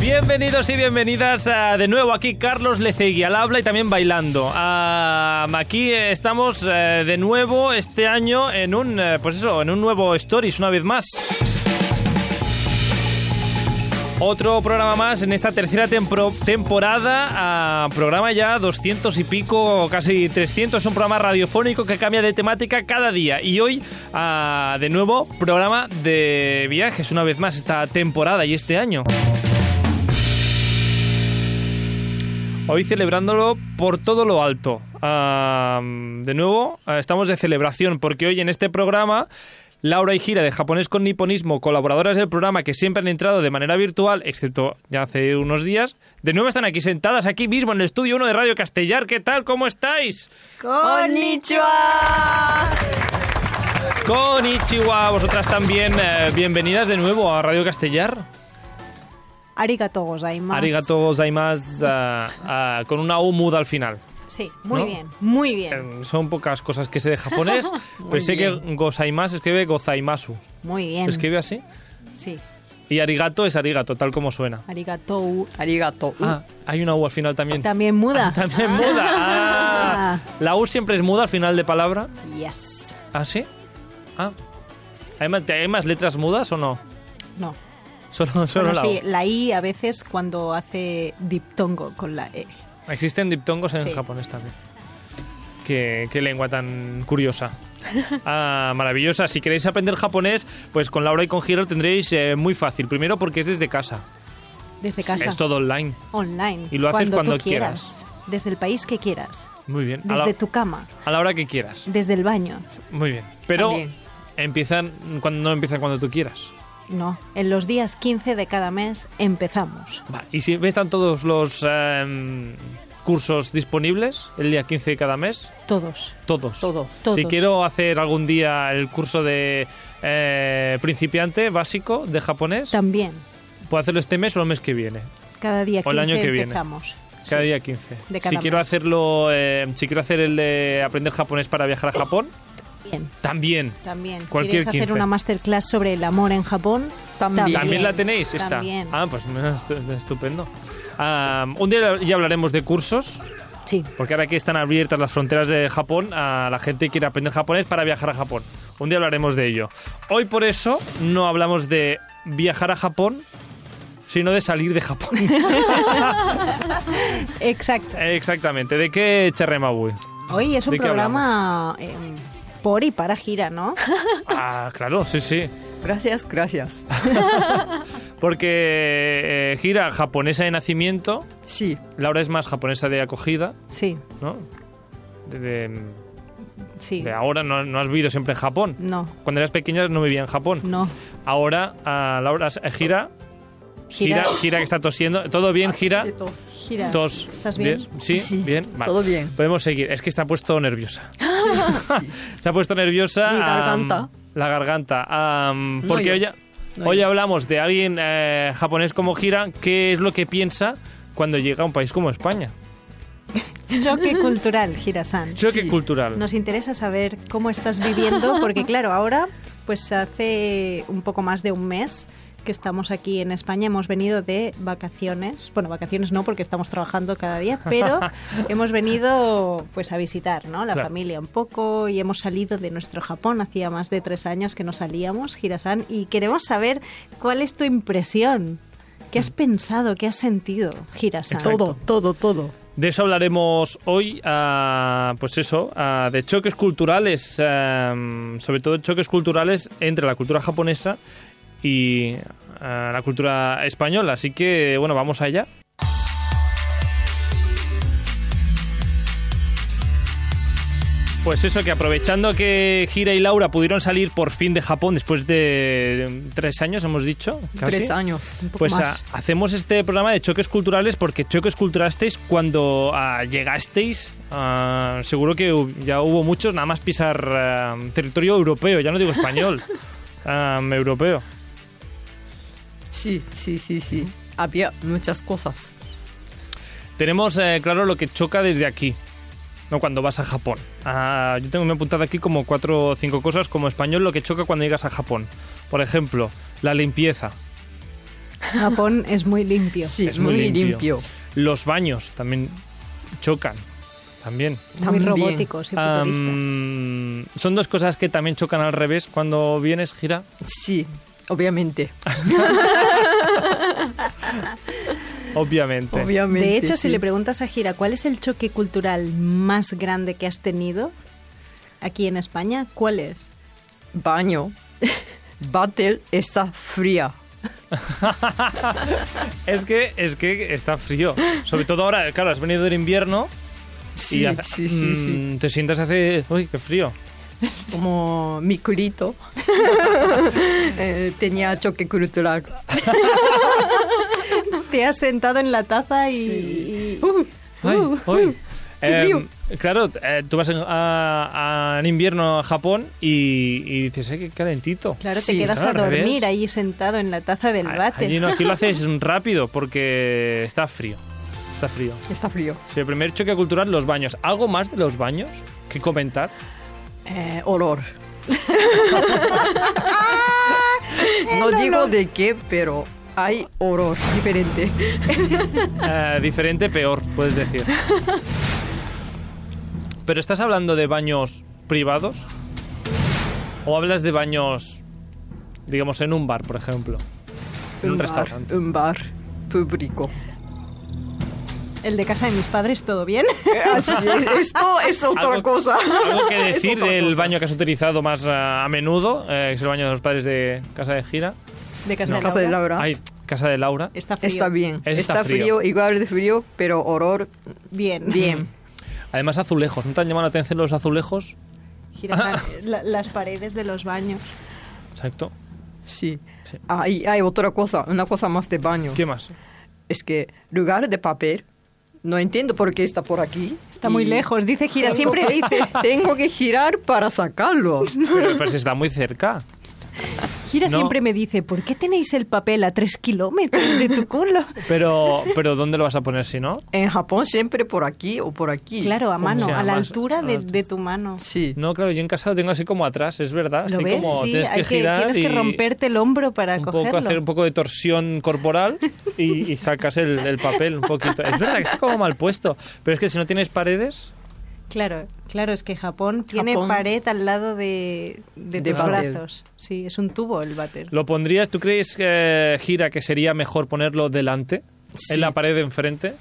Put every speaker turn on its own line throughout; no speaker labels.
Bienvenidos y bienvenidas a- de nuevo aquí Carlos Lecegui al habla y también bailando. Ah, aquí eh, estamos eh, de nuevo este año en un eh, pues eso, en un nuevo Stories una vez más. Otro programa más en esta tercera tempro- temporada, ah, programa ya 200 y pico, casi 300, es un programa radiofónico que cambia de temática cada día. Y hoy, ah, de nuevo, programa de viajes, una vez más esta temporada y este año. Hoy celebrándolo por todo lo alto. Ah, de nuevo, ah, estamos de celebración porque hoy en este programa Laura y Gira de Japonés con Niponismo, colaboradoras del programa que siempre han entrado de manera virtual, excepto ya hace unos días, de nuevo están aquí sentadas, aquí mismo en el estudio 1 de Radio Castellar. ¿Qué tal? ¿Cómo estáis?
¡Konnichiwa!
Konnichiwa, vosotras también. eh, bienvenidas de nuevo a Radio Castellar.
Arigato gozaimasu.
Arigato gozaimasu, ah, ah, con una U muda al final.
Sí, muy
¿No?
bien, muy bien,
Eh, Son pocas cosas que sé de japonés, pero Pues sé que gozaimasu se escribe gozaimasu.
muy bien.
Se escribe así.
Sí,
Y arigato es arigato, tal como suena.
arigato.
Arigato.
Uh.
Ah, hay una U al final también.
También muda.
También muda. Ah,
Ah.
La U siempre es muda al final de palabra.
Yes.
¿Ah, sí? Ah. ¿Hay más, hay más letras mudas o no?
No.
Solo, solo la
Bueno, sí,
U.
la I a veces cuando hace diptongo con la E.
Existen diptongos en
Sí.
japonés también. Qué, qué lengua tan curiosa. Ah, maravillosa. Si queréis aprender japonés, pues con Laura y con Giro tendréis eh, muy fácil. Primero porque es desde casa.
Desde casa.
Es todo online.
Online.
Y lo haces cuando
tú quieras. Desde el país que quieras.
Muy bien. A la,
Desde tu cama.
a la hora que quieras.
Desde el baño.
Muy bien. Pero
También.
empiezan cuando no empiezan cuando tú quieras.
No. En los días 15 de cada mes empezamos.
Vale, ¿Y si están todos los em, cursos disponibles el día 15 de cada mes?
Todos.
Todos.
Todos.
Todos.
Si quiero hacer algún día el curso de eh, principiante básico de japonés,
También.
puedo hacerlo este mes o el mes que viene.
Cada día 15
O el año que viene.
empezamos.
Cada
Sí.
día 15.
De
si
cada
quiero
mes.
hacerlo, eh, si quiero hacer el de aprender japonés para viajar a Japón,
Bien.
también.
También.
Cualquier
¿Quieres hacer
15.
una masterclass sobre el amor en Japón?
También.
También la tenéis, esta.
También.
Ah, pues mira, estu- estupendo. Ah, un día ya hablaremos de cursos.
Sí.
Porque ahora que están abiertas las fronteras de Japón, a la gente quiere aprender japonés para viajar a Japón. Un día hablaremos de ello. Hoy por eso no hablamos de viajar a Japón, sino de salir de Japón. Eh,
Exacto.
Exactamente. ¿De qué charrema voy?
Hoy es un
¿De qué
programa em, por y para gira, ¿no?
Ah, claro, sí, sí.
Gracias, gracias.
Ah. Porque eh, Gira, japonesa de nacimiento,
Sí,
Laura es más japonesa de acogida,
Sí,
¿no? De, de-
sí.
de ahora no, no has vivido siempre en Japón.
No,
Cuando eras pequeña no vivía en Japón.
no.
Ahora, ah, Laura, eh, Gira, Gira,
Gira.
gira que está tosiendo. ¿Todo bien, gira?
de todos.
Gira.
Tos.
¿Estás bien?
Sí,
Sí,
bien. Vale.
todo bien. Ah,
Podemos seguir. Es que está puesto nerviosa.
Sí,
Se ha puesto nerviosa.
Mi
am,
garganta.
la garganta. am,
No
porque
yo.
hoy,
No
hoy
yo.
hablamos de alguien eh, japonés como Gira. ¿Qué es lo que piensa cuando llega a un país como España?
Choque cultural, Gira-san.
Choque
Sí.
cultural.
Nos interesa saber cómo estás viviendo, porque claro, ahora, pues hace un poco más de un mes que estamos aquí en España, hemos venido de vacaciones, bueno, vacaciones no, porque estamos trabajando cada día, pero hemos venido pues a visitar, ¿no? La
Claro.
familia un poco y hemos salido de nuestro Japón, hacía más de tres años que no salíamos, Girasan, y queremos saber cuál es tu impresión, qué has pensado, qué has sentido, Girasan.
Exacto.
Mm. Todo, todo, todo.
De eso hablaremos hoy, ah, pues eso, ah, de choques culturales, am, sobre todo choques culturales entre la cultura japonesa y ah, la cultura española. Así que, bueno, vamos allá. Pues eso, que aprovechando que Gira y Laura pudieron salir por fin de Japón después de tres años, hemos dicho. casi.
Tres años.
poco
¿Ah, Pues
más.
ah, hacemos este programa de choques culturales porque choques culturasteis cuando ah, llegasteis. ah, seguro que hu- ya hubo muchos, nada más pisar ah, territorio europeo, ya no digo español, ah, europeo.
Sí, sí, sí, sí. Había muchas cosas.
Tenemos eh, claro lo que choca desde aquí, no cuando vas a Japón. Ah, yo tengo me he apuntado aquí como cuatro o cinco cosas como español lo que choca cuando llegas a Japón. Por ejemplo, la limpieza.
Japón es muy limpio.
Sí,
Es muy
muy
limpio.
limpio.
Los baños también chocan. También.
Muy
También.
robóticos y futuristas.
Am, son dos cosas que también chocan al revés cuando vienes, gira.
Sí, obviamente.
Ah, Obviamente.
obviamente
De hecho,
sí.
si le preguntas a Gira cuál es el choque cultural más grande que has tenido aquí en España, ¿cuál es?
Baño. Battle está fría.
Es que es que está frío. Sobre todo ahora, claro, has venido del invierno
Sí,
y hace-
sí, sí, sí.
mm, te sientas hace, uy, qué frío. Mm.
Como mi culito eh, tenía choque cultural.
Te has sentado en la taza y...
Sí.
y- Uh,
Ay,
uh,
ay.
uh. qué frío.
Claro, eh, tú vas en, a- a- en invierno a Japón y, y dices, ay, qué calentito.
Claro,
Sí,
te quedas
claro,
a
al revés.
dormir ahí sentado en la taza del
A-
váter.
allí no, aquí lo haces rápido porque está frío. Está frío.
Está frío.
Sí, el primer choque cultural, los baños. ¿Algo más de los baños que comentar?
Eh, olor. Ah, no digo de qué, pero hay olor diferente.
Eh, diferente, peor, puedes decir. Pero estás hablando de baños privados ¿O hablas de baños, digamos, en un bar, por ejemplo? En un
bar,
restaurante.
Un bar público.
El de casa de mis padres, ¿todo bien?
Así es. Ah, eh, Esto es otra
¿Algo-
cosa.
¿Algo que
Es
decir
otra
del
cosa.
baño que has utilizado más ah, a menudo? Eh, que es el baño de los padres de Casa de Gira.
De casa,
No.
de,
Casa de
Laura.
Laura.
Ay, Casa de Laura.
Está frío.
Está bien.
Ese está
Está, frío. igual de frío, pero olor
Bien.
bien.
Además, azulejos. ¿No te han llamado la atención los azulejos?
Giras a- la- las paredes de los baños.
Exacto.
Sí.
Sí.
Ah, y hay otra cosa, una cosa más de baño.
¿Qué más?
Es que lugar de papel, no entiendo por qué está por aquí.
Está muy
Y
lejos, dice Gira.
tengo
Siempre
que-
dice.
Tengo que girar para sacarlo.
Pero, pero si está muy cerca.
Gira
No.
siempre me dice, ¿por qué tenéis el papel a tres kilómetros de tu culo?
Pero, pero ¿dónde lo vas a poner si no?
En Japón siempre por aquí o por aquí.
Claro, a
¿Cómo
mano,
se
a
llama?
la altura
A la
de,
altura.
de tu mano.
Sí.
No, claro, yo en casa lo tengo así como atrás, es verdad.
¿Lo
así
ves?
como
sí,
tienes
hay
que girar
tienes que
y
romperte el hombro para
un
cogerlo.
poco hacer un poco de torsión corporal y, y sacas el, el papel un poquito. Es verdad que está como mal puesto, pero es que si no tienes paredes,
Claro, claro, es que Japón tiene
Japón.
pared al lado de, de
De
tus
váter.
brazos. Sí, es un tubo el váter.
lo pondrías. ¿Tú crees que eh, gira que sería mejor ponerlo delante,
Sí.
en la pared de enfrente?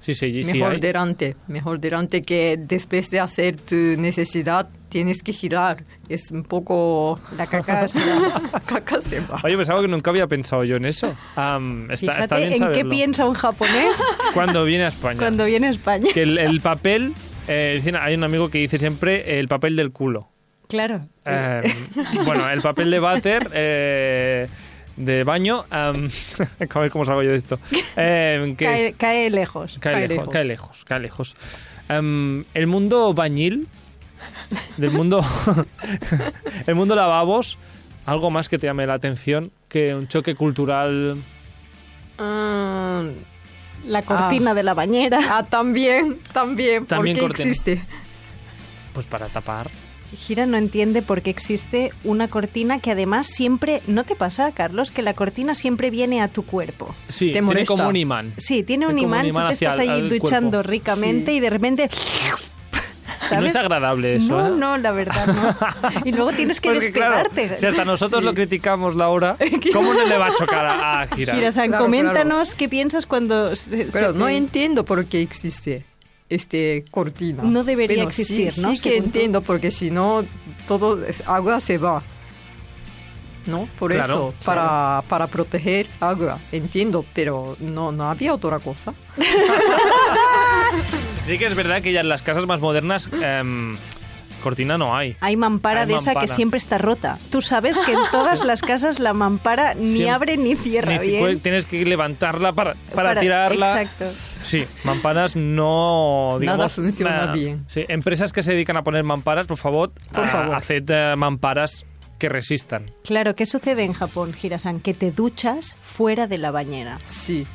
Sí, sí, sí.
Mejor
hay.
delante, mejor delante que después de hacer tu necesidad tienes que girar. Es un poco...
La caca se da.
Caca se va.
Oye, pensaba que nunca había pensado yo en eso. Am, está,
Fíjate
está bien
en qué
saberlo.
piensa un japonés
Cuando viene a España.
cuando viene a España.
Que el, el papel, eh, dicen- hay un amigo que dice siempre el papel del culo.
Claro.
Eh, bueno, el papel de váter eh, de baño. em, a ver cómo salgo yo de esto. Em, que
Cae,
es-
cae lejos.
cae
cae
lejos,
lejos.
cae lejos, cae lejos. Em, el mundo bañil, del mundo, el mundo lavabos, algo más que te llame la atención que un choque cultural.
Ah,
La cortina de la bañera.
ah, también, también,
También
porque
corten.
existe.
Pues para tapar.
Gira no entiende por qué existe una cortina que además siempre... ¿No te pasa, Carlos, que la cortina siempre viene a tu cuerpo?
Sí,
Te
tiene
molesta.
como un imán.
Sí, tiene
Es
un
como
imán,
un imán
tú te
hacia
estás
el-
ahí
al
duchamente
cuerpo.
ricamente
Sí.
y de repente...
Y No
¿Sabes?
es agradable eso.
No,
¿eh?
no, la verdad no. Y luego tienes que
Porque, claro,
despegarte.
si hasta nosotros lo criticamos, Laura, ¿cómo no le va a chocar a, a Gira?
Girasan,
Claro,
coméntanos qué piensas cuando... se-
Pero
se
no
te-
entiendo por qué existe este cortina.
No debería
Bueno,
existir,
sí,
¿no?
Sí que
Según tú.
entiendo, porque si no, todo es- agua se va. ¿No? Por
Claro,
eso, Para, para proteger agua, entiendo, pero no, no había otra cosa.
Sí que es verdad que ya en las casas más modernas em, cortina no hay.
Hay mampara
Hay
de esa
mampara.
que siempre está rota. Tú sabes que en todas las casas la mampara ni
Siempre.
abre ni
Ni
cierra
ci-
bien.
Tienes que levantarla para, para, tirarla.
Exacto.
Sí, mamparas no... Digamos,
Nada funciona
na-
bien.
Sí, empresas que se dedican a poner mamparas, por favor,
Por
ah,
favor.
haced eh, mamparas que resistan.
Claro, ¿qué sucede en Japón, Girasan? Que te duchas fuera de la bañera.
Sí,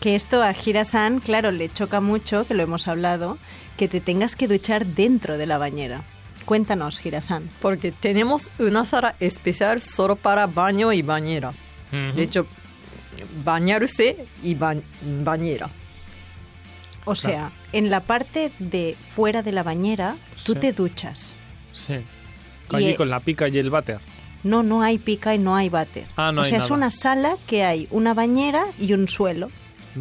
Que esto a Girasan, claro, le choca mucho, que lo hemos hablado, que te tengas que duchar dentro de la bañera. Cuéntanos, Girasan.
porque tenemos una sala especial solo para baño y bañera.
Ujú.
De hecho, bañarse y ba- bañera.
O sea, en la parte de fuera de la bañera, tú
Sí.
te duchas.
Sí.
Y,
Allí
eh,
con la pica y el váter.
No, no hay pica y no hay váter.
Ah, no
o
hay
sea, es
nada.
una sala que hay una bañera y un suelo.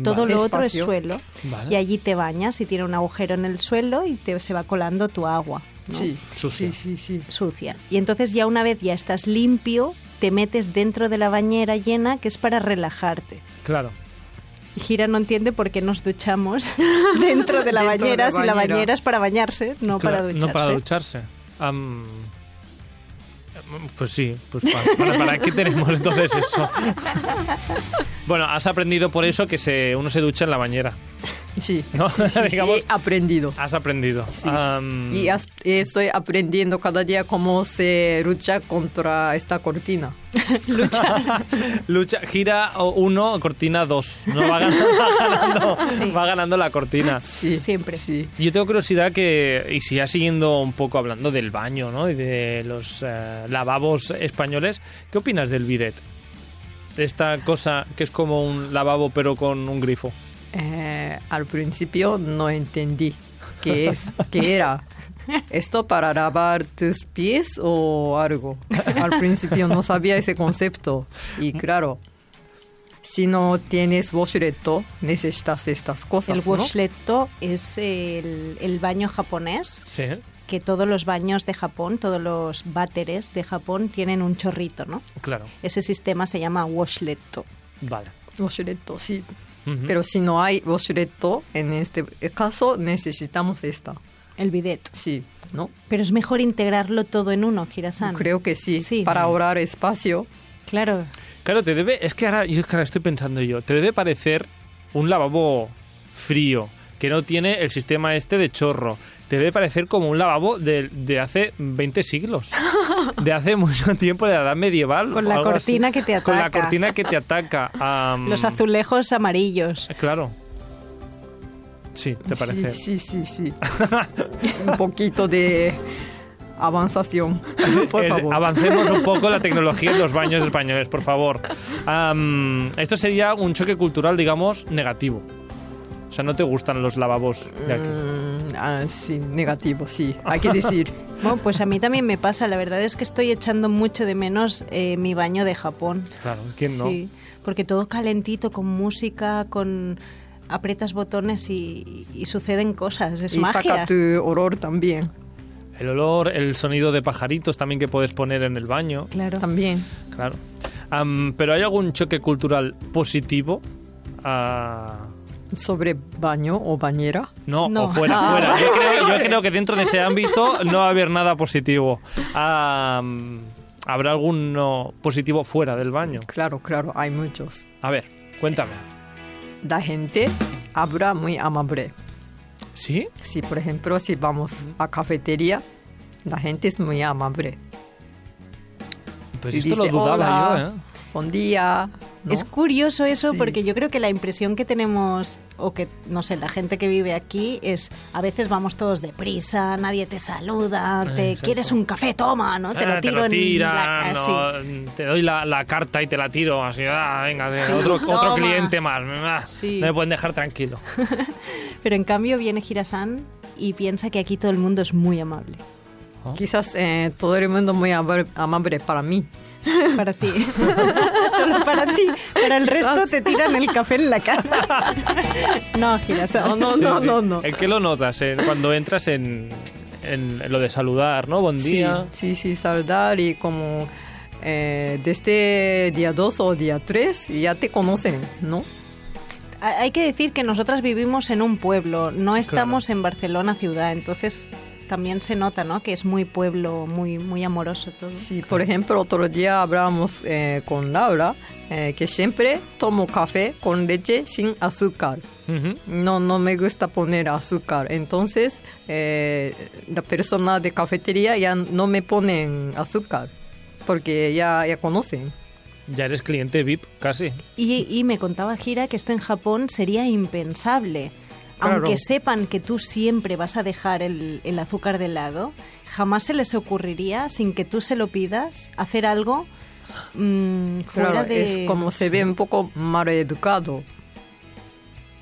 Todo
Vale.
lo otro es
Espacio.
suelo.
Vale.
Y allí te bañas y tiene un agujero en el suelo y te, se va colando tu agua. ¿no?
Sí,
Sucia.
sí, sí, sí.
Sucia. Y entonces ya una vez ya estás limpio, te metes dentro de la bañera llena que es para relajarte.
Claro.
Y Gira no entiende por qué nos duchamos dentro de la
Dentro de la
bañera si la
bañera.
bañera es para bañarse, no para
Claro,
ducharse.
No para ducharse. Am, pues sí, pues pa- para, ¿para qué tenemos entonces eso? Bueno, has aprendido por eso que se, uno se ducha en la bañera.
Sí,
No,
sí, sí, sí,
digamos-
he aprendido.
Has aprendido.
Sí.
Am,
Y as- estoy aprendiendo cada día cómo se lucha contra esta cortina.
lucha, gira 1, cortina 2. No va ganando, va ganando, va ganando la cortina.
Sí,
Siempre.
Sí.
Yo tengo curiosidad que, y si ya siguiendo un poco hablando del baño, ¿no? Y de los eh, lavabos españoles, ¿qué opinas del bidet? De esta cosa que es como un lavabo pero con un grifo.
Eh, al principio no entendí qué es, qué era. Esto para lavar tus pies o algo. Al principio no sabía ese concepto y claro, si no tienes washleto necesitas estas cosas.
El
¿no?
washletto es el, el baño japonés,
Sí.
que todos los baños de Japón, todos los váteres de Japón tienen un chorrito, ¿no?
Claro.
Ese sistema se llama washletto.
Vale.
Washleto, sí.
Ujú.
Pero si no hay washleto en este caso necesitamos esta.
El bidet.
Sí, ¿no?
Pero es mejor integrarlo todo en uno, Girasan.
Creo que sí,
Sí.
para ahorrar espacio.
Claro.
Claro, te debe. Es que ahora, yo es que ahora estoy pensando yo, te debe parecer un lavabo frío, que no tiene el sistema este de chorro. Te debe parecer como un lavabo de, de hace 20 siglos. De hace mucho tiempo, de la edad medieval.
Con
o
la
algo así.
cortina que te
Con la
ataca.
cortina que te ataca. am,
Los azulejos amarillos.
Claro. Sí, te parece.
Sí, sí, sí, sí. un poquito de avanzación, por
Es-
favor.
Avancemos un poco la tecnología en los baños españoles, por favor. Am, esto sería un choque cultural, digamos, negativo. O sea, no te gustan los lavabos de aquí.
Mm, ah, sí, negativo, sí. Hay que decir.
Bueno, pues a mí también me pasa. La verdad es que estoy echando mucho de menos eh, mi baño de Japón.
Claro, ¿quién no?
Sí, porque todo calentito, con música, con aprietas botones y, y suceden cosas. Es
y
magia.
saca tu olor también.
El olor, el sonido de pajaritos también que puedes poner en el baño.
Claro.
También.
Claro. Am, Pero ¿hay algún choque cultural positivo? Ah,
Sobre baño o bañera.
no,
No. Ah,
o fuera, fuera. Yo creo, yo creo que dentro de ese ámbito no va a haber nada positivo. Am, ¿Habrá alguno positivo fuera del baño?
Claro, claro, hay muchos.
A ver, cuéntame.
La gente habla muy amable.
¿Sí?
Si, por ejemplo, si vamos a cafetería, la gente es muy amable.
Pues
Y
esto lo
dice,
dudaba
"Hola,
yo, ¿eh?
Buen día. ¿no?
Es curioso eso
Sí.
porque yo creo que la impresión que tenemos, o que, no sé, la gente que vive aquí es, a veces vamos todos deprisa, nadie te saluda,
Eh,
te
exacto.
quieres un café, toma, ¿no? Te
Ah,
lo tiro en la
tiran,
cara,
o, mm, te doy la, la carta y te la tiro así, ah, venga, de-
Sí,
otro, otro
toma.
cliente más, ah,
Sí.
no me pueden dejar tranquilo.
sí. Pero en cambio viene Girasan y piensa que aquí todo el mundo es muy amable.
Quizás eh, todo el mundo muy amable, amable para mí.
Para ti. Solo para ti. Para el resto
Quizás.
te tiran el café en la cara. No, Girasan.
No, no,
Sí,
no,
sí.
no, no.
¿En qué lo notas? En- cuando entras en, en lo de saludar, ¿no? Buen
Sí,
día.
sí, sí, saludar y como eh, desde día 2 o día 3 ya te conocen, ¿no?
Ha- Hay que decir que nosotras vivimos en un pueblo, no estamos en Barcelona ciudad, entonces también se nota, ¿no? Que es muy pueblo, muy muy amoroso todo.
Sí, por ejemplo, otro día hablábamos eh, con Laura eh, que siempre tomo café con leche sin azúcar.
Ujú.
No, no me gusta poner azúcar. Entonces, eh, la persona de cafetería ya no me ponen azúcar porque ya, ya conocen.
Ya eres cliente VIP, casi.
Y, y me contaba Gira que esto en Japón sería impensable.
Claro.
Aunque sepan que tú siempre vas a dejar el, el azúcar de lado, jamás se les ocurriría, sin que tú se lo pidas, hacer algo mm, fuera
Claro,
de...
es como se ve un poco mal educado.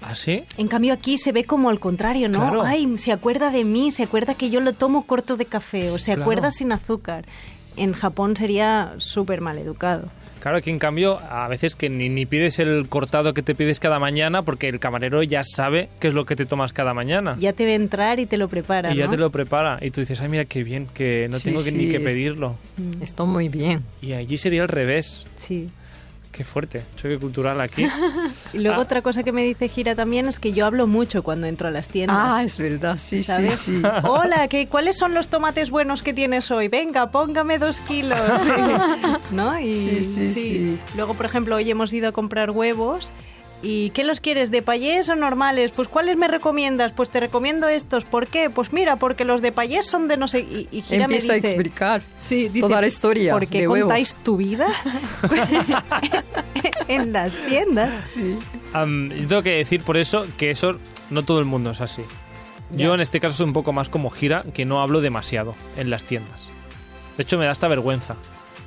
¿Ah, sí?
En cambio aquí se ve como al contrario, ¿no?
Claro.
Ay, se acuerda de mí, se acuerda que yo lo tomo corto de café o se
Claro.
acuerda sin azúcar. En Japón sería súper mal educado.
Claro, aquí en cambio, a veces que ni, ni pides el cortado que te pides cada mañana porque el camarero ya sabe qué es lo que te tomas cada mañana.
Ya te ve entrar y te lo prepara,
Ah. y ya
¿no?
te lo prepara. Y tú dices, ay, mira qué bien, que no
Sí,
tengo que, ni
sí,
que
es-
pedirlo.
Mm.
Está muy bien.
Y allí sería al revés.
Sí.
Qué fuerte, choque cultural aquí.
Y luego
Ah.
otra cosa que me dice Gira también es que yo hablo mucho cuando entro a las tiendas.
Ah, es verdad, sí, sí,
¿Sabes?
sí.
Hola, ¿qué, ¿cuáles son los tomates buenos que tienes hoy? Venga, póngame dos kilos. ¿No? Y,
Sí, sí, sí.
Luego, por ejemplo, hoy hemos ido a comprar huevos. ¿Y qué los quieres? ¿De payés o normales? Pues ¿cuáles me recomiendas? Pues te recomiendo estos. ¿Por qué? Pues mira, porque los de payés son de no sé... Y, y Gira me
Empieza a
dice-
explicar.
Sí, dice,
toda la historia
¿Por qué
de huevos".
contáis tu vida en las tiendas?
Sí.
Am, yo tengo que decir por eso que eso no todo el mundo es así. Yo en este caso soy un poco más como gira, que no hablo demasiado en las tiendas. De hecho, me da hasta vergüenza.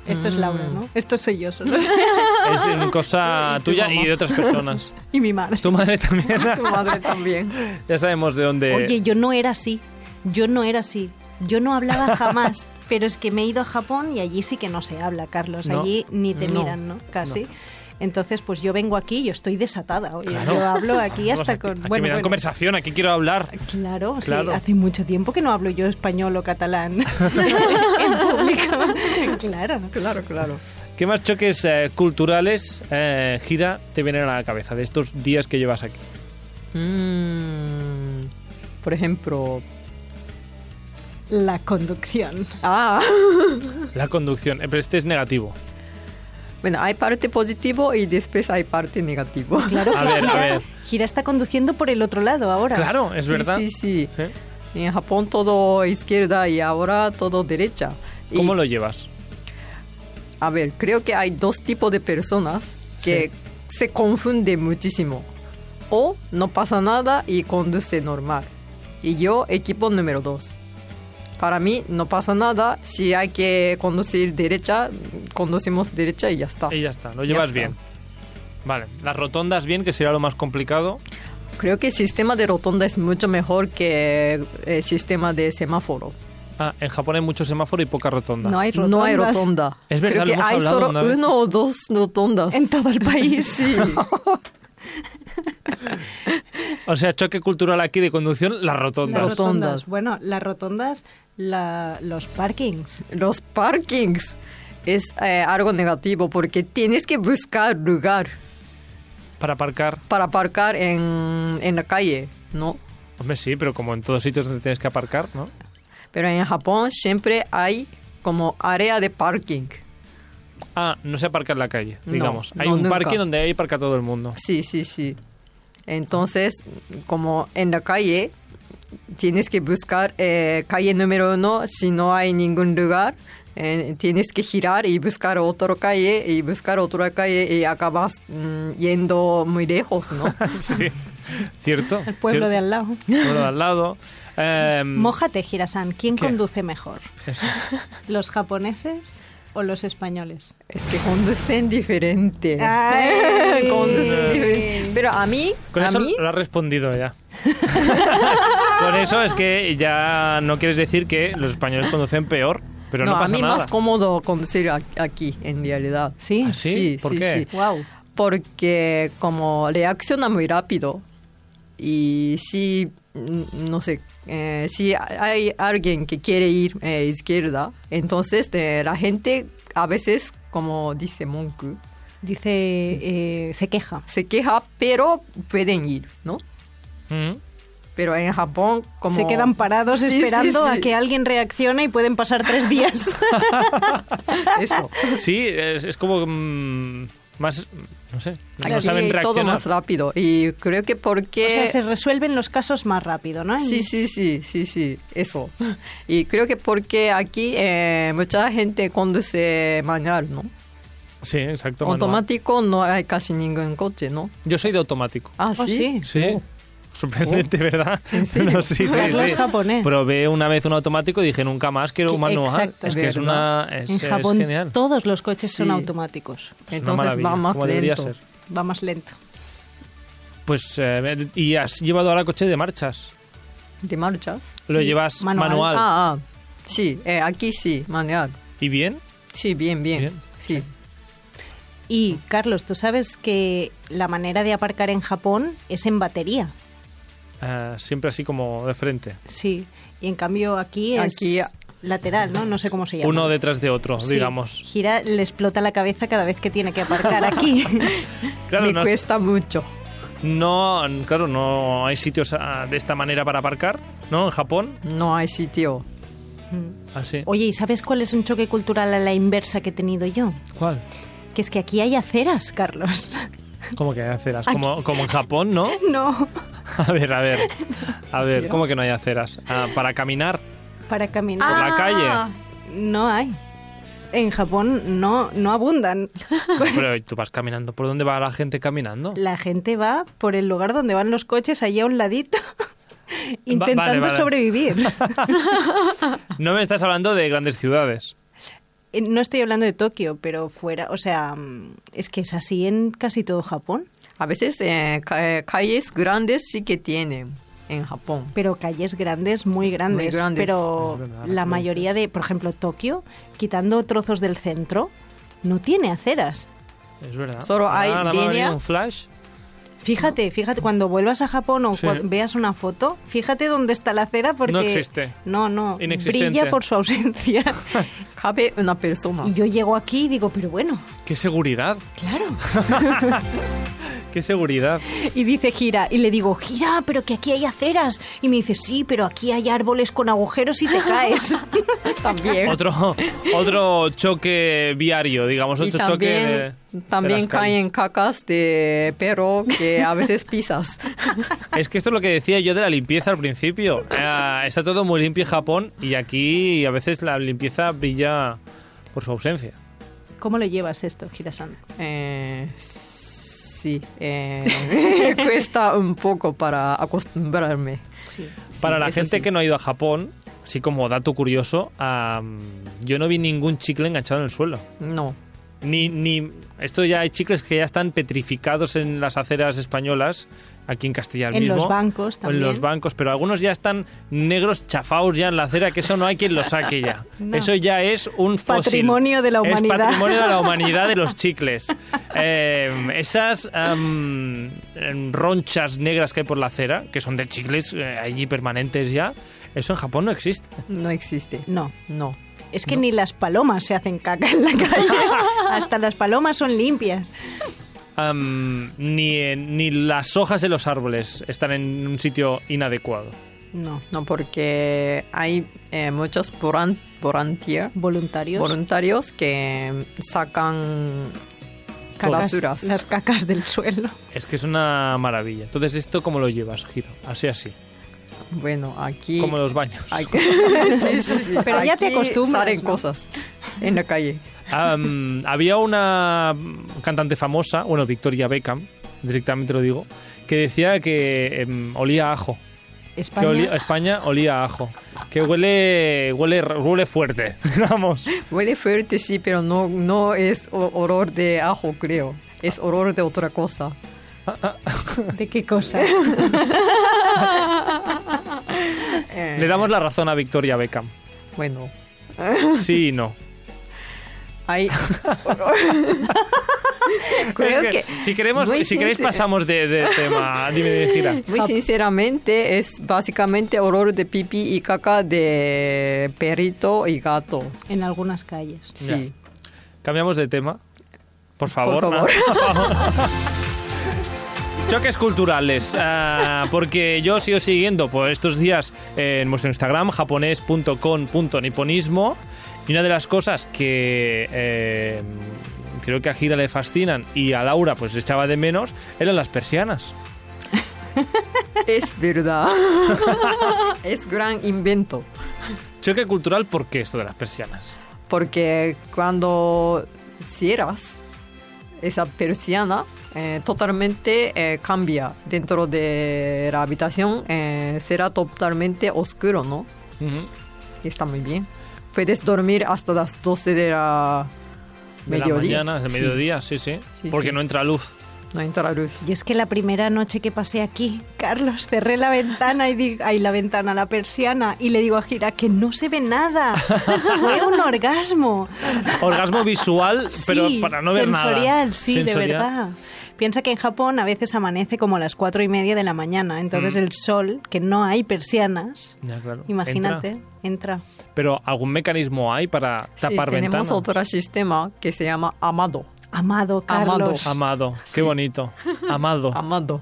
Esto es Laura, ¿no? Esto soy yo solo.
Es una cosa
Y tu
tuya
mamá.
y de otras personas.
y mi madre.
Tu madre también.
Tu madre también.
ya sabemos de dónde.
Oye, yo no era así. Yo no era así. Yo no hablaba jamás. pero es que me he ido a Japón y allí sí que no se habla, Carlos.
No.
Allí ni te
No.
miran, ¿no? Casi. Entonces, pues yo vengo aquí, yo estoy desatada. Oye,
Claro.
Yo hablo aquí
Vamos,
hasta
aquí-
con.
aquí me dan conversación, aquí quiero hablar.
Claro, sí,
Claro.
hace mucho tiempo que no hablo yo español o catalán en público. Claro.
Claro, claro.
¿Qué más choques eh, culturales, eh, gira, te vienen a la cabeza de estos días que llevas aquí?
Mm, por ejemplo.
La conducción.
Ah.
La conducción. Eh, pero este es negativo.
Bueno, hay parte positivo y después hay parte negativo.
Claro que
A ver, a
Gira,
ver.
Gira está conduciendo por el otro lado ahora.
Claro, es
Sí,
verdad.
Sí, sí.
¿Eh?
En Japón todo izquierda y ahora todo derecha. Y,
¿Cómo lo llevas?
A ver, creo que hay dos tipos de personas que se confunden muchísimo. O no pasa nada y conduce normal. Y yo, equipo número dos. Para mí no pasa nada. Si hay que conducir derecha, conducimos derecha y ya está.
Y ya está, lo
Oh. Ya
llevas
está.
bien. Vale, las rotondas bien, que será lo más complicado.
Creo que el sistema de rotonda es mucho mejor que el sistema de semáforo.
Ah, en Japón hay mucho semáforo y poca rotonda.
No hay rotondas.
No hay rotonda.
Es verdad, lo
Creo que
hemos
hay
hablado
solo
una vez.
uno o dos rotondas.
En todo el país.
sí.
O sea, choque cultural aquí de conducción, las rotondas.
Las
Rotondas.
rotondas. Bueno, las rotondas, la- los parkings.
Los parkings es eh, algo negativo porque tienes que buscar lugar
Para aparcar.
para aparcar en, en la calle, ¿no?
Hombre, sí, pero como en todos sitios donde tienes que aparcar, ¿no?
Pero en Japón siempre hay como área de parking.
Ah, no se aparca en la calle,
No,
digamos. hay
no,
un
nunca.
parque donde ahí aparca todo el mundo.
Sí, sí, sí. Entonces, como en la calle, tienes que buscar eh, calle número uno, si no hay ningún lugar, eh, tienes que girar y buscar otra calle y buscar otra calle y acabas mm, yendo muy lejos, ¿no?
sí. ¿Cierto?
El pueblo de al lado.
al... pueblo de al lado. Eh,
Mm.
Mójate, Girasan. ¿Quién
¿Qué?
conduce mejor?
eso.
¿Los japoneses o los españoles?
es que conducen diferente.
Ah, Ay.
Conducen diferente. Pero a mí,
Con
a
eso
mí,
lo has respondido ya. Con eso es que ya no quieres decir que los españoles conducen peor, pero no,
no, a
pasa
mí
nada.
más cómodo conducir a- aquí, en realidad.
Sí.
¿Ah, sí? ¿Por qué?
Wow.
porque como reacciona muy rápido y si mm, no sé eh, si hay alguien que quiere ir eh, izquierda entonces eh, la gente a veces como dice Monku
Dice, eh, se queja.
se queja pero pueden ir no
Mm.
pero en Japón como
Se quedan parados
Sí, sí,
esperando
sí.
a que alguien reaccione y pueden pasar tres días.
eso
Sí, es, es como mm, más, no sé, no
Aquí
saben
todo
reaccionar.
más rápido y creo que porque
O sea, se resuelven los casos más rápido, ¿no?
Sí, sí, sí, sí, sí, eso. Y creo que porque aquí eh, mucha gente conduce manual, ¿no?
Sí, exacto. manual.
Automático no hay casi ningún coche, ¿no?
Yo soy de automático.
Ah,
Oh, sí.
sí.
Sí. Sorprendente,
Oh.
¿verdad? No, sí, sí,
Carlos
sí.
japonés.
Probé una vez un automático y dije nunca más quiero un manual.
Exacto.
Es que es una. Es,
en
es
Japón
genial.
todos los coches son
Sí.
automáticos.
Es una
Entonces
maravilla,
va más
como debería
lento.
ser.
Va más lento.
Pues, eh, ¿y has llevado ahora coche de marchas?
¿De marchas?
Lo
Sí,
llevas manual.
manual.
Ah, ah, sí, eh, aquí sí, manual.
¿Y bien?
Sí, bien, bien.
Bien.
Sí.
Y Carlos, tú sabes que la manera de aparcar en Japón es en batería.
Ah, siempre así como de frente.
Sí. Y en cambio aquí es
Aquí-
lateral, ¿no? No sé cómo se llama.
Uno detrás de otro,
Sí,
digamos.
Gira, le explota la cabeza cada vez que tiene que aparcar aquí.
Claro,
Me
no, es-
cuesta mucho.
no, claro, no hay sitios ah, de esta manera para aparcar, ¿no? En Japón,
No hay sitio.
así.
Oye, ¿y sabes cuál es un choque cultural a la inversa que he tenido yo?
¿Cuál?
Que es que aquí hay aceras, Carlos.
¿Cómo que hay aceras? Como, como en Japón, ¿no?
No.
A ver, a ver. A ver, ¿cómo que no hay aceras? Ah, para caminar
Para
por
caminar.
la calle.
No hay. En Japón no, no abundan.
Pero ¿y tú vas caminando. ¿Por dónde va la gente caminando?
La gente va por el lugar donde van los coches, allí a un ladito, intentando
vale.
sobrevivir.
No me estás hablando de grandes ciudades.
Eh, no estoy hablando de Tokio, pero fuera, o sea, mm, es que es así en casi todo Japón,
A veces eh, ca- eh, calles grandes sí que tienen en Japón.
pero calles grandes, muy grandes.
Muy grandes.
Pero
Es verdad,
la
sí.
mayoría de, por ejemplo, Tokio, quitando trozos del centro, no tiene aceras.
Es verdad.
Solo hay
nada más ha venido
línea.
un flash.
Fíjate, fíjate, cuando vuelvas a Japón o
Sí.
cua- veas una foto, fíjate dónde está la acera porque...
No existe.
No, no,
Inexistente.
brilla por su ausencia.
Cabe una persona.
y yo llego aquí y digo, pero bueno,
¡Qué seguridad!
claro.
¡Qué seguridad!
Y dice gira, y le digo, gira, pero que aquí hay aceras. Y me dice, sí, pero aquí hay árboles con agujeros y te caes.
También.
Otro, otro choque viario, digamos.
Y
Otro choque de-
también,
de
también
las
caen cacas de perro que a veces pisas.
Es que esto es lo que decía yo de la limpieza al principio. Ah, está todo muy limpio en Japón y aquí a veces la limpieza brilla por su ausencia.
¿Cómo lo llevas esto, Gira-san?
Eh, sí, eh, cuesta un poco para acostumbrarme.
Sí.
Sí,
Para la
eso
gente
sí.
que no ha ido a Japón, así como dato curioso, ah, yo no vi ningún chicle enganchado en el suelo.
No,
Ni, ni esto ya hay chicles que ya están petrificados en las aceras españolas, aquí en Castilla el
En
mismo,
los bancos
o En
también.
los bancos, pero algunos ya están negros chafados ya en la acera, que eso no hay quien lo saque ya.
No.
Eso ya es un fósil.
Patrimonio de la humanidad.
Es patrimonio de la humanidad de los chicles. Eh, esas am, em, ronchas negras que hay por la acera, que son de chicles eh, allí permanentes ya, eso en Japón no existe.
no existe.
No,
No.
es que ni las palomas se hacen caca en la calle. Hasta las palomas son limpias.
Am, ni, en- ni las hojas de los árboles están en un sitio inadecuado.
No,
No, porque hay eh, muchos volan- volunteer-
voluntarios.
voluntarios que sacan basuras.
cacas, las cacas del suelo.
Es que es una maravilla. Entonces, ¿esto cómo lo llevas, Giro? Así, así.
Bueno, aquí.
Como los baños.
aquí- sí, sí, sí.
Pero ya te
Aquí
acostumbras,
Salen
¿no?
cosas en la calle.
Am, había una mm, cantante famosa, bueno, Victoria Beckham, directamente lo digo, que decía que em, olía a ajo. Que
España,
olía- España olía a ajo. Que huele, huele, huele fuerte, digamos.
Huele fuerte, sí, pero no, no es o- olor de ajo, creo. Es olor de otra cosa.
¿de qué cosa?
Eh,
Le damos la razón a Victoria Beckham.
Bueno,
Sí y no.
hay. creo
Es
que.
si, queremos,
muy
si queréis
sincer-
pasamos de, de tema. Dime, dime, gira.
Muy sinceramente, es básicamente olor de pipí y caca de perrito y gato.
en algunas calles.
Sí.
Cambiamos de tema. Por favor.
Por favor.
¿no? Por favor. Choques culturales, ah, porque yo sigo siguiendo por estos días en nuestro Instagram, japonés.com.niponismo, y una de las cosas que eh, creo que a Gira le fascinan y a Laura pues echaba de menos eran las persianas.
Es verdad. es gran invento.
Choque cultural, ¿por qué esto de las persianas?
Porque cuando cierras esa persiana, eh, totalmente eh, cambia dentro de la habitación, eh, será totalmente oscuro, ¿no?
Ujú.
Está muy bien. Puedes dormir hasta las 12 de la
De la
mediodía.
mañana, de
Sí,
mediodía, sí, sí.
Sí,
porque
sí.
no entra luz.
no entra luz.
Yo es que la primera noche que pasé aquí, Carlos, cerré la ventana y digo, ay, la ventana, la persiana, y le digo a Gira que no se ve nada. Fue un orgasmo.
Orgasmo visual, pero
Sí,
para no ver nada.
sensorial, sí,
Sensorial.
de verdad. Piensa que en Japón a veces amanece como a las cuatro y media de la mañana, entonces el sol, que no hay persianas,
Ya, claro.
imagínate,
Mm. Entra.
entra.
Pero algún mecanismo hay para
Sí,
tapar
tenemos
ventanas.
otro sistema que se llama Amado.
Amado, Carlos.
Amado.
Amado, qué bonito. Amado.
Amado.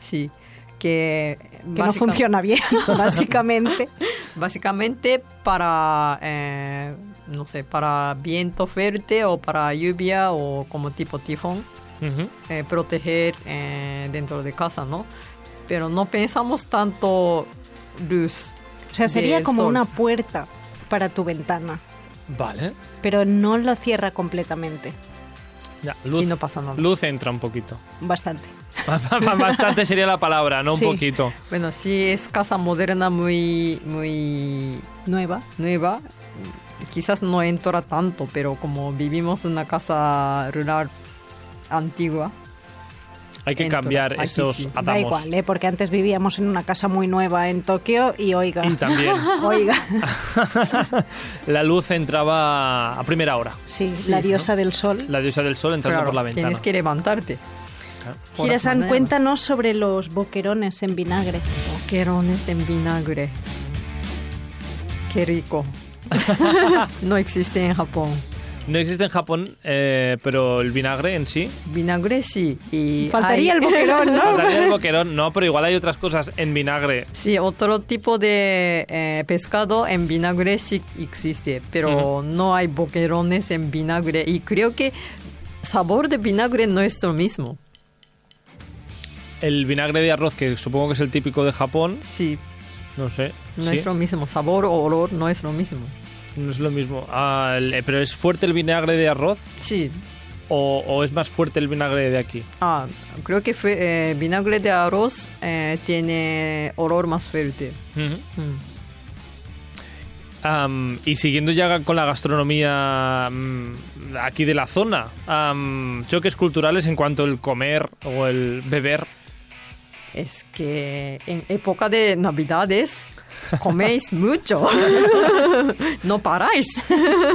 Sí. Que,
que no
básica-
funciona bien, básicamente.
Básicamente para, eh, no sé, para viento fuerte o para lluvia o como tipo tifón,
Ujú.
eh, proteger eh, dentro de casa, ¿no? Pero no pensamos tanto luz.
O sea, sería
del
como
sol.
una puerta para tu ventana,
Vale.
pero no lo cierra completamente,
Ya, luz,
Y no pasa nada.
luz entra un poquito.
bastante.
Bastante sería la palabra, no
Sí.
un poquito.
Bueno, sí es casa moderna muy, muy
Nueva.
nueva. Quizás no entra tanto, pero como vivimos en una casa rural antigua,
Hay que
Entra,
cambiar
aquí
esos
sí. Da
atamos.
Da igual, ¿eh? porque antes vivíamos en una casa muy nueva en Tokio y
eh.
oiga,
Y también
oiga,
la luz entraba a primera hora.
sí,
Sí,
la
¿no?
diosa del sol.
La diosa del sol entrando
claro,
por la ventana.
tienes que levantarte.
Claro.
Por las
Girasan,
mañanas.
cuéntanos sobre los boquerones en vinagre.
Boquerones en vinagre. Qué rico. no existe en Japón.
No existe en Japón, eh, pero el vinagre en sí.
Vinagre sí. Y
Faltaría
hay-
el boquerón, ¿no?
Faltaría el boquerón, no, pero igual hay otras cosas en vinagre.
Sí, otro tipo de eh, pescado en vinagre sí existe, pero no hay boquerones en vinagre. Y creo que sabor de vinagre no es lo mismo.
El vinagre de arroz, que supongo que es el típico de Japón,
Sí,
no sé.
no
sí,
es lo mismo. Sabor o olor no es lo mismo.
no es lo mismo. Ah, el- eh, pero ¿es fuerte el vinagre de arroz
Sí.
o, o es más fuerte el vinagre de aquí?
Ah, creo que fue, eh, vinagre de arroz eh, tiene olor más fuerte.
Ujú.
Mm.
Am, y siguiendo ya con la gastronomía mm, aquí de la zona, am, choques culturales en cuanto al comer o el beber.
Es que en época de Navidades coméis mucho. no paráis.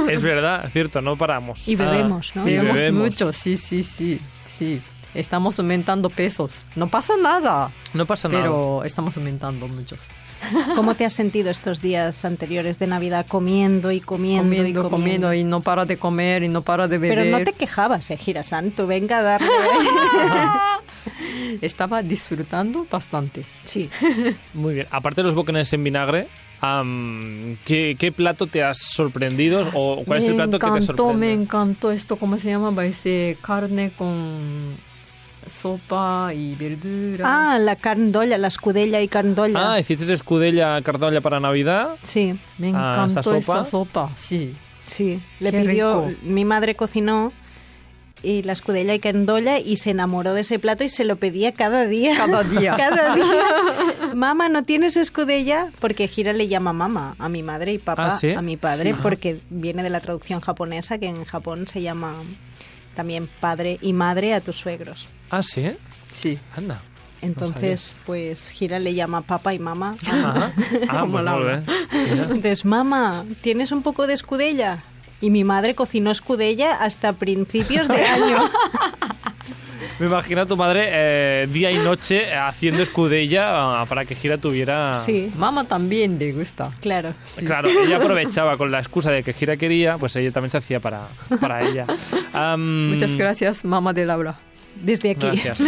Es verdad, es cierto, no paramos. Ah,
Y bebemos, ¿no?
y
Bebemos
bebemos.
mucho, sí, sí, sí, sí. Estamos aumentando pesos. No pasa nada,
No pasa nada.
pero estamos aumentando muchos.
¿Cómo te has sentido estos días anteriores de Navidad comiendo y comiendo, y
Comiendo,
comiendo?
comiendo y no para de comer y no para de beber.
Pero no te quejabas, eh, Girasan, tú venga a darle. ¿eh?
Estaba disfrutando bastante.
sí.
Muy bien. Aparte de los boquerones en vinagre, am, ¿qué, qué plato te has sorprendido o cuál es el
me
plato
encantó,
que te
Me
sorprende?
encantó esto, ¿cómo se llamaba? Ese carne con sopa y verdura.
Ah, la carndolla, la escudella y carndolla.
Ah, hiciste escudella cardolla para Navidad.
Sí,
me
ah,
encantó
¿esta
esa sopa, sí.
sí. Le
Qué
pidió,
rico.
mi madre cocinó y la escudella y carndolla y se enamoró de ese plato y se lo pedía cada día.
Cada día.
Cada día. Mamá, ¿no tienes escudella? Porque Gira le llama mamá a mi madre y papá
Ah, ¿sí?
a mi padre,
Sí.
porque viene de la traducción japonesa, que en Japón se llama también padre y madre a tus suegros.
Ah, sí.
Sí.
Anda.
Entonces, pues Gira le llama papá y mamá.
Ajá. Ah,
Como
pues
la-
muy bien. Mira.
Entonces, mamá, ¿tienes un poco de escudella? Y mi madre cocinó escudella hasta principios de año.
Me imagino a tu madre eh, día y noche haciendo escudella ah, para que Gira tuviera...
Sí,
Mamá también le gusta.
claro.
Claro, ella aprovechaba con la excusa de que Gira quería, pues ella también se hacía para, para ella. Am,
Muchas gracias, mamá de Laura.
Desde aquí.
Gracias.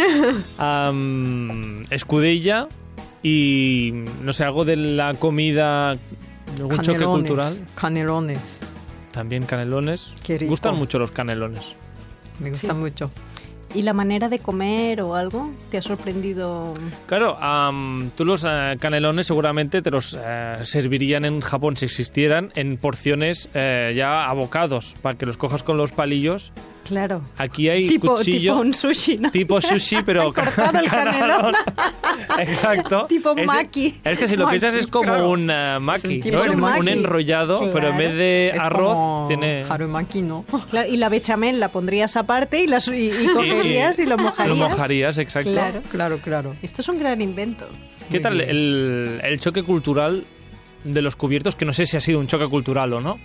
Am, escudella y, no sé, algo de la comida, algún choque cultural.
Canelones.
También canelones.
Qué rico.
Gustan mucho los canelones.
Me gusta mucho.
¿Y la manera de comer o algo? ¿Te ha sorprendido?
Claro, am, tú los eh, canelones seguramente te los eh, servirían en Japón si existieran en porciones eh, ya abocados, para que los cojas con los palillos
Claro.
Aquí hay
tipo,
cuchillo.
tipo un sushi, ¿no?
tipo sushi, pero
cortado el canelón.
Exacto.
Tipo
Es-
maki.
Es que si lo
Maki,
piensas es como
claro.
un eh, maki,
tipo
¿no?
de maki.
un enrollado,
Claro.
pero en vez de
Es
Eh, arroz
como
tiene
Harumaki, ¿no?
Claro, y la bechamel la pondrías aparte y, la su- y, y cogerías y, lo mojarías.
Lo mojarías, exacto.
Claro.
Claro, claro.
Esto es un gran invento.
¿Qué
Muy
tal
bien.
el, el choque cultural de los cubiertos? Que no sé si ha sido un choque cultural o no.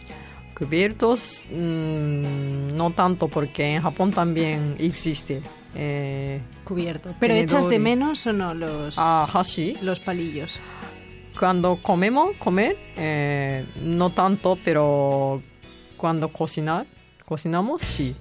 Cubiertos, mm, no tanto, porque en Japón también existe. Eh,
Cubierto. Pero
Tenedor
echas de
y-
menos o no los,
ah, hashi.
los palillos.
Cuando comemos, comer, eh, no tanto, pero cuando cocinar, cocinamos, sí.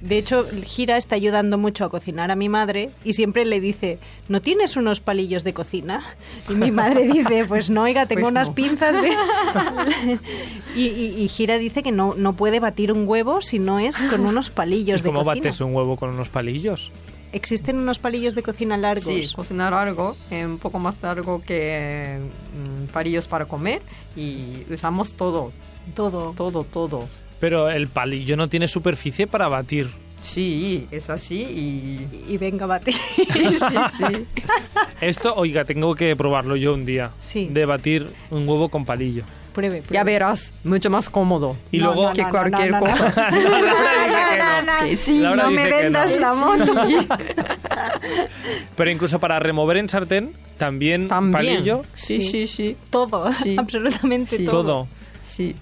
De hecho, Gira está ayudando mucho a cocinar a mi madre y siempre le dice, ¿no tienes unos palillos de cocina? Y mi madre dice, pues no, oiga, tengo
Pues
unas
no.
pinzas de... y, y- y Gira dice que no, no puede batir un huevo si no es con unos
¿Y
palillos de
cómo
cocina.
bates un huevo con unos palillos?
Existen unos palillos de cocina largos.
Sí, cocinar algo, eh, un poco más largo que mm, palillos para comer y usamos todo,
Todo.
todo, todo.
Pero el palillo no tiene superficie para batir.
Sí, es así y...
Y venga, bate.
Sí, sí, sí.
Esto, oiga, tengo que probarlo yo un día.
Sí.
De batir un huevo con palillo.
Pruebe, pruebe.
Ya verás, pues, mucho más cómodo.
Y
No,
luego...
no,
que
no,
cualquier
no, no, no.
cosa. Que sí,
Laura
no me
dice que no.
vendas la moto.
Pero incluso para remover en sartén, también,
También.
palillo,
Sí,
Sí.
sí, sí,
Todo,
Sí.
absolutamente
Sí.
todo.
todo.
sí.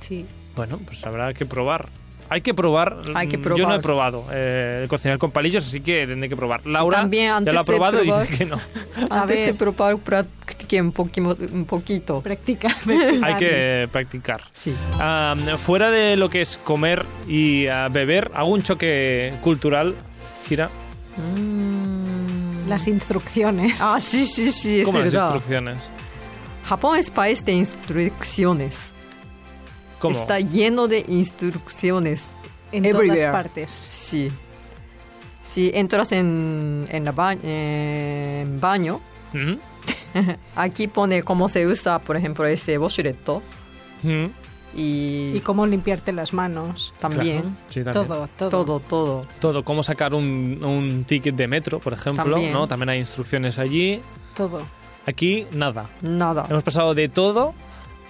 Sí.
Bueno, pues habrá que probar. Hay que probar.
Hay que
Mm, Yo
probar.
no he probado eh, cocinar con palillos, así que tendré que probar. Laura
también
ya
antes
lo ha
de
probado y
probar-
dice que no.
A
Antes de
ver.
preparar, practiqué un, poquimo- un poquito.
Practica.
Hay
practica.
que practicar.
Sí.
Ah, fuera de lo que es comer y ah, beber, hago un choque cultural. Gira.
Las instrucciones.
Mm. Ah, sí, sí, sí, es
¿Cómo las
verdad.
instrucciones?
Japón es país de instrucciones.
¿Cómo?
Está lleno de instrucciones.
en
everywhere.
todas partes.
Sí. Si entras en, en, la ba- en baño,
¿Mm?
aquí pone cómo se usa, por ejemplo, ese boshreto.
¿Mm?
Y,
Y cómo limpiarte las manos.
también,
Claro. Sí, también.
Todo, todo.
todo, todo.
Todo, cómo sacar un, un ticket de metro, por ejemplo,
También.
¿no? También hay instrucciones allí.
todo.
Aquí, nada.
Nada.
Hemos pasado de todo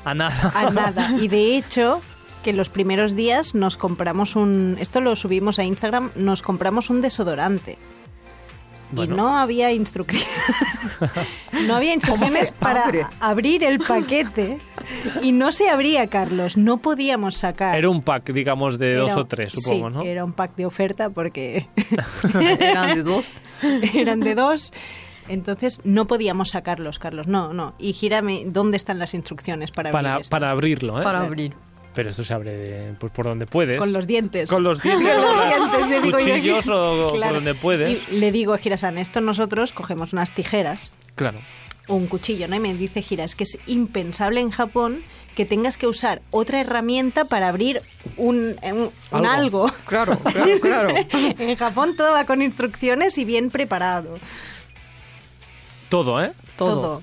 a nada.
A nada. Y de hecho, que los primeros días nos compramos un. Esto lo subimos a Instagram, nos compramos un desodorante.
Bueno.
Y no había instrucciones. no había instrucciones
se
para
abre?
abrir el paquete. Y no se abría, Carlos. No podíamos sacar.
Era un pack, digamos, de dos
Era-
o tres, supongo,
sí,
¿no?
Era un pack de oferta porque
Eran de dos.
eran de dos. Entonces no podíamos sacarlos, Carlos. No, no. Y gírame, ¿dónde están las instrucciones para,
Para,
abrir esto?
para abrirlo, ¿eh?
para abrir.
Pero esto se abre de- pues, por donde puedes.
Con los dientes.
Con los dientes,
Con
o
los
las-
dientes, le digo yo.
cuchillos o- o
Claro.
por donde puedes.
Y le digo a Girasan, esto nosotros cogemos unas tijeras
Claro.
o un cuchillo, ¿no? Y me dice Gira, es que es impensable en Japón que tengas que usar otra herramienta para abrir un, un- un
Algo.
algo.
Claro, claro, claro.
en Japón todo va con instrucciones y bien preparado.
Todo, ¿eh?
Todo,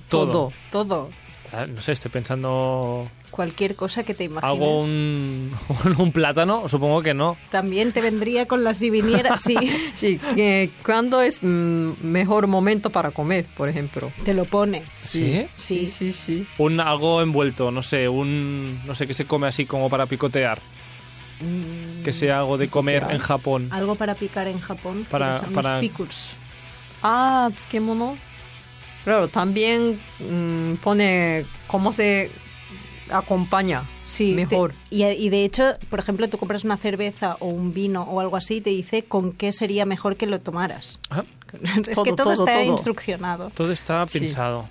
Todo.
todo.
Todo.
Ah, No sé, estoy pensando.
Cualquier cosa que te imagines.
¿Hago un, un plátano? Supongo que no.
También te vendría con la si viniera, sí.
Sí, eh, ¿cuándo es mm, mejor momento para comer, por ejemplo?
Te lo pone. Sí.
sí, sí, sí.
Un algo envuelto, no sé, un. No sé qué se come así como para picotear.
Mm,
Que sea algo de comer en Japón.
Algo para picar en Japón.
Para-
que son
para-
Los picus.
Ah, tsukemono. Claro, también mm, pone cómo se acompaña
Sí, te-
mejor.
y, y de hecho, por ejemplo, tú compras una cerveza o un vino o algo así y te dice con qué sería mejor que lo tomaras.
Ah,
es
Todo,
que todo,
todo,
está
todo.
instruccionado.
Todo está
Sí.
pensado.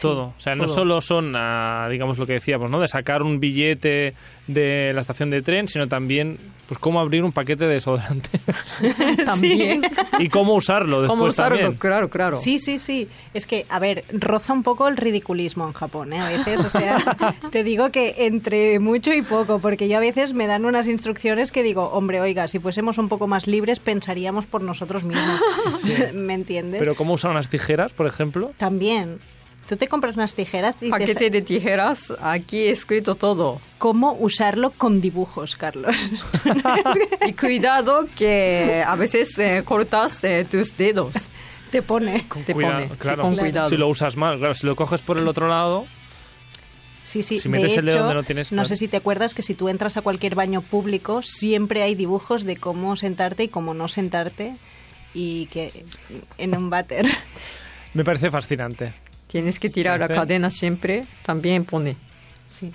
Todo. O sea, no
todo.
solo son, ah, digamos, lo que decíamos, ¿no? De sacar un billete de la estación de tren, sino también, pues, cómo abrir un paquete de desodorante
También.
y cómo usarlo después
¿Cómo usarlo?
Pues, también.
Claro, claro.
Sí, sí, sí. Es que, a ver, roza un poco el ridiculismo en Japón, ¿eh? A veces, o sea, te digo que entre mucho y poco, porque yo a veces me dan unas instrucciones que digo, hombre, oiga, si fuésemos un poco más libres pensaríamos por nosotros mismos. ¿Me entiendes?
Pero cómo usar unas tijeras, por ejemplo.
También. Tú te compras unas tijeras y te
Paquete de tijeras, aquí escrito todo.
cómo usarlo con dibujos, Carlos.
Y cuidado que a veces eh, cortas eh, tus dedos.
te pone.
Con
Te
cuidado,
pone, sí,
claro.
con cuidado.
Si lo usas mal, claro, si lo coges por el otro lado,
Sí, sí.
Si
de
metes
hecho,
el dedo donde no tienes, claro.
sé si te acuerdas que si tú entras a cualquier baño público, siempre hay dibujos de cómo sentarte y cómo no sentarte y que en un váter.
me parece fascinante.
Tienes que tirar la
Entonces-
cadena siempre, también pone.
Sí.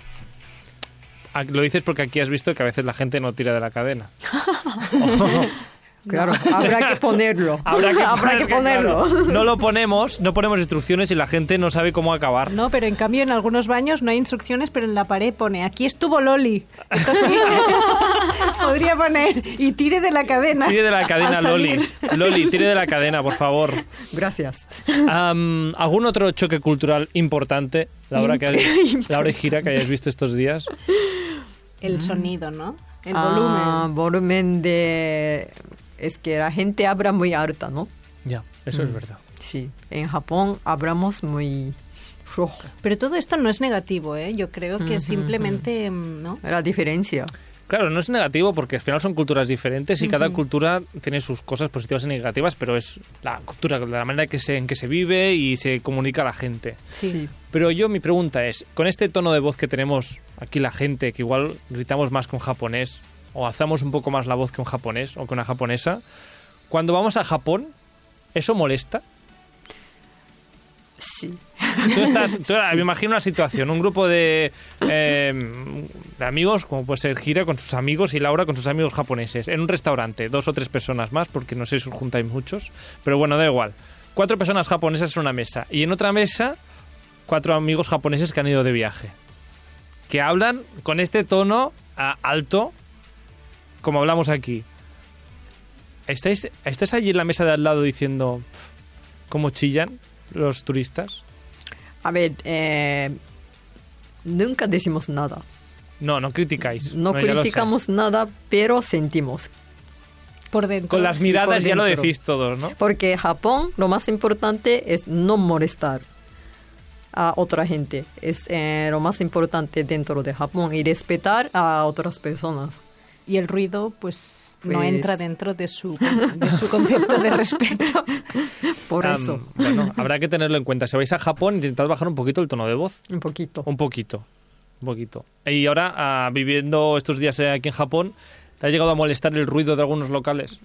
Ah, Lo dices porque aquí has visto que a veces la gente no tira de la cadena.
Claro, habrá que ponerlo.
es que,
ponerlo.
claro, no lo ponemos, no ponemos instrucciones y la gente no sabe cómo acabar.
No, pero en cambio en algunos baños no hay instrucciones, pero en la pared pone, aquí estuvo Loli. Esto sí. Podría poner, y tire de la cadena.
Tire de la cadena,
al salir.
Loli. Loli, tire de la cadena, por favor.
Gracias.
Am, ¿Algún otro choque cultural importante, Laura, que hayas- Laura y Gira, que hayáis visto estos días?
El sonido, ¿no? El
Ah,
volumen.
volumen de... Es que la gente habla muy alta, ¿no?
Ya, eso es verdad.
Sí. En Japón hablamos muy flojo.
Pero todo esto no es negativo, ¿eh? Yo creo que simplemente, mm, ¿no?
La diferencia.
Claro, no es negativo porque al final son culturas diferentes y cada cultura tiene sus cosas positivas y negativas, pero es la cultura, la manera que se, en que se vive y se comunica a la gente.
Sí.
Pero yo mi pregunta es, con este tono de voz que tenemos aquí la gente, que igual gritamos más con japonés o alzamos un poco más la voz que un japonés o que una japonesa, cuando vamos a Japón, ¿eso molesta?
Sí.
Tú estás, tú, me imagino una situación, un grupo de, eh, de amigos, como puede ser Gira con sus amigos y Laura con sus amigos japoneses, en un restaurante, dos o tres personas más, porque no sé si os juntáis muchos, pero bueno, da igual. Cuatro personas japonesas en una mesa y en otra mesa cuatro amigos japoneses que han ido de viaje, que hablan con este tono ah, alto, como hablamos aquí. ¿Estáis, ¿Estáis allí en la mesa de al lado diciendo cómo chillan los turistas?
A ver, eh, nunca decimos nada.
No, no criticáis.
No
ya lo sé.
criticamos nada, pero sentimos.
Por dentro.
Con las
sí,
miradas
por
ya lo
dentro.
decís todos, ¿no?
Porque Japón lo más importante es no molestar a otra gente. Es eh, lo más importante dentro de Japón y respetar a otras personas.
Y el ruido, pues, no
Pues-
entra dentro de su, de su concepto de respeto.
Por
Am,
eso,
Bueno, habrá que tenerlo en cuenta. Si vais a Japón, intentad bajar un poquito el tono de voz.
un poquito.
Un poquito. Un poquito. Y ahora, ah, viviendo estos días eh, aquí en Japón, ¿te ha llegado a molestar el ruido de algunos locales?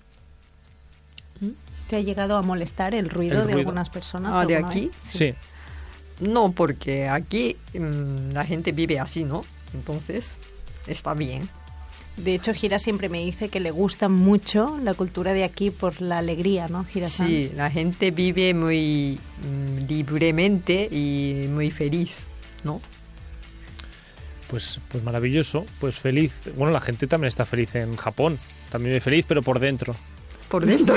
¿Te ha llegado a molestar el ruido
El
de
ruido.
algunas personas? eh?
Ah, ¿de
alguna
aquí?
vez?
Sí.
No, porque aquí mm, la gente vive así, ¿no? Entonces, está bien.
De hecho, Gira siempre me dice que le gusta mucho la cultura de aquí por la alegría, ¿no, Gira?
Sí, la gente vive muy mm, libremente y muy feliz, ¿no?
Pues, pues maravilloso, pues feliz. Bueno, la gente también está feliz en Japón. También es feliz, pero por dentro.
Por dentro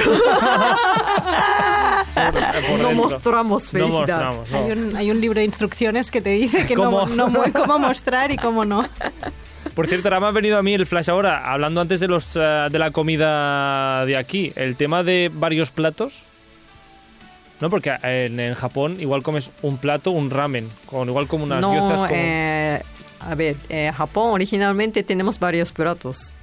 Por
no
dentro.
mostramos
No
felicidad.
mostramos. no.
Hay un, hay un libro de instrucciones que te dice que no-
¿Cómo?
no mu- cómo mostrar y cómo no.
Por cierto, ahora me ha venido a mí el flash ahora, hablando antes de los eh, de la comida de aquí, el tema de varios platos. No, porque eh, en, en Japón igual comes un plato, un ramen, con igual como unas
No,
gyozas, como-
eh, a ver, eh, Japón originalmente tenemos varios platos.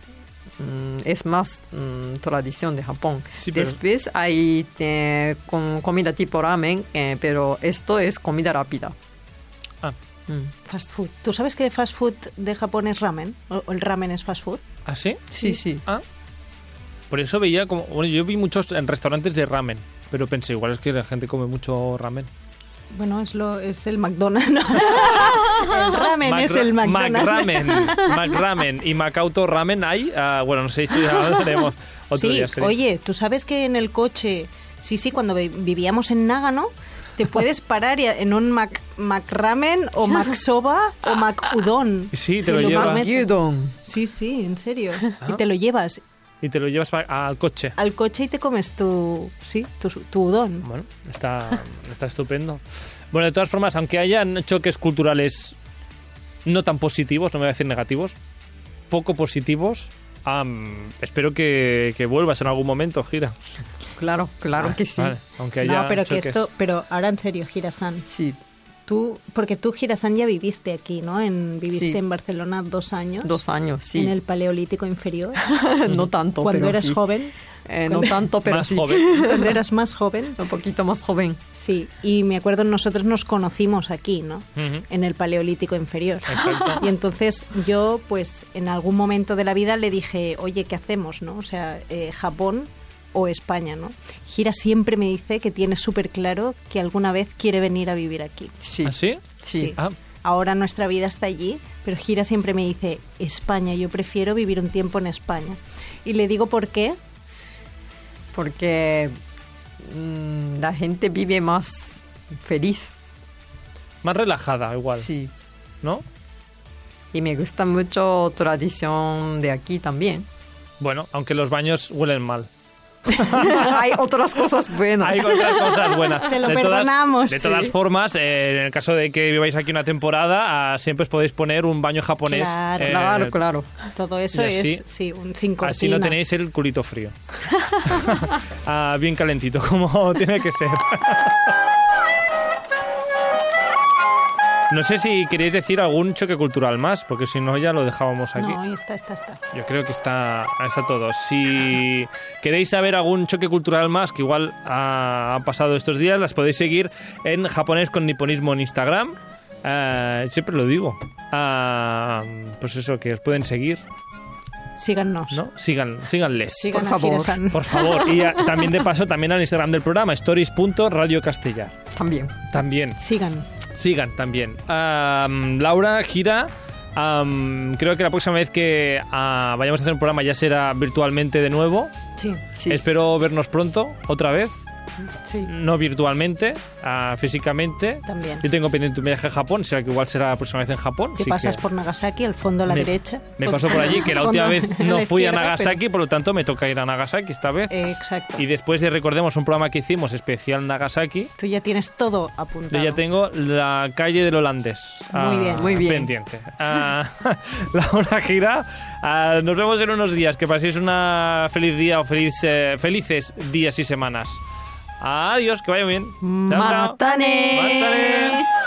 Mm, es más mm, tradición de Japón.
Sí, pero-
Después hay eh, con comida tipo ramen, eh, pero esto es comida rápida.
Ah,
Mm.
Fast food. ¿Tú sabes que fast food de Japón es ramen? ¿O o el ramen es fast food?
¿ah, sí?
Sí, sí.
Ah. Por eso veía como bueno, yo vi muchos en restaurantes de ramen, pero pensé igual es que la gente come mucho ramen.
Bueno, es, lo, es el McDonald's. ¿no? el ramen
Mac-
es el McDonald's.
McRamen, McRamen y Macauto ramen hay, ah, bueno, no sé si ya lo haremos otro
sí,
día. sería.
oye, tú sabes que en el coche, sí, sí, cuando vi- vivíamos en Nágano, te puedes parar y a- en un Mac, McRamen o MacSoba o MacUdon.
Sí, te lo lleva.
llevas.
Gyudon.
Sí, sí, en serio. Y te lo llevas
Y te lo llevas pa- al coche.
al coche y te comes tu, sí, tu, tu udon.
Bueno, está, está estupendo. Bueno, de todas formas, aunque hayan choques culturales no tan positivos, no me voy a decir negativos, poco positivos, am, espero que, que vuelvas en algún momento, Gira.
Claro, claro que sí.
Ah, Vale, aunque haya
No, pero que
choques.
esto, pero ahora en serio, Girasan.
Sí.
tú, porque tú, Girasan, ya viviste aquí, ¿no? En, viviste
Sí.
en Barcelona dos años.
Dos años, sí.
En el Paleolítico Inferior.
no tanto,
cuando
pero
eras
sí.
joven.
Eh, no tanto, pero
Más
sí.
joven.
Cuando eras más joven.
Un poquito más joven.
Sí, y me acuerdo nosotros nos conocimos aquí, ¿no?
Ujú.
En el Paleolítico Inferior.
Exacto.
Y entonces yo, pues en algún momento de la vida le dije, oye, ¿qué hacemos, no? O sea, eh, Japón o España, ¿no? Gira siempre me dice que tiene súper claro que alguna vez quiere venir a vivir aquí.
Sí.
¿Ah, sí?
Sí.
Ah,
Ahora nuestra vida está allí, pero Gira siempre me dice, España, yo prefiero vivir un tiempo en España. Y le digo por qué,
Porque mm, la gente vive más feliz.
más relajada igual,
Sí.
¿no?
Y me gusta mucho tradición de aquí también.
Bueno, aunque los baños huelen mal.
Hay otras cosas buenas.
Hay otras cosas buenas.
Te lo
todas-
perdonamos,
De
sí.
todas formas, eh, en el caso de que viváis aquí una temporada, ah, siempre os podéis poner un baño japonés.
Claro.
eh,
Claro, claro.
todo eso
Y así-
es, sí, un sin cortina.
Así no tenéis el culito frío. Ah, bien calentito, como tiene que ser. No sé si queréis decir algún choque cultural más, porque si no ya lo dejábamos aquí.
No, ahí está, está, está.
Yo creo que está, está todo. Si queréis saber algún choque cultural más que igual ha, ha pasado estos días, las podéis seguir en japonés con niponismo en Instagram. Eh, siempre lo digo. Ah, pues eso, que os pueden seguir,
Síganos.
¿no? Sigan, síganles.
Sigan
Por
a
favor.
Gira-san.
Por favor. Y a- también de paso, también al Instagram del programa, stories.radiocastellar.
También.
También.
Sigan.
Sigan también. Am, Laura, gira. Am, creo que la próxima vez que ah, vayamos a hacer un programa ya será virtualmente de nuevo.
Sí.
Sí.
Espero vernos pronto, otra vez.
Sí.
No virtualmente, ah, físicamente.
También.
Yo tengo pendiente un viaje a Japón, será que igual será la próxima vez en Japón.
Te
así
pasas
que
por Nagasaki, al fondo a la
Me-
derecha.
Me pasó por allí, que la última
Fondo
vez no
la
fui a
izquierda,
Nagasaki, por lo tanto me toca ir a Nagasaki esta vez.
pero- Eh, exacto.
Y después de recordemos un programa que hicimos especial Nagasaki,
Tú ya tienes todo apuntado.
yo ya tengo la calle del holandés.
Muy
ah,
bien.
Muy bien.
Pendiente. Ah, Laura Gira, ah, nos vemos en unos días. Que paséis una feliz día o feliz, eh, felices días y semanas. Adiós, que vaya bien. Chao, chao.
Matane.
Matane.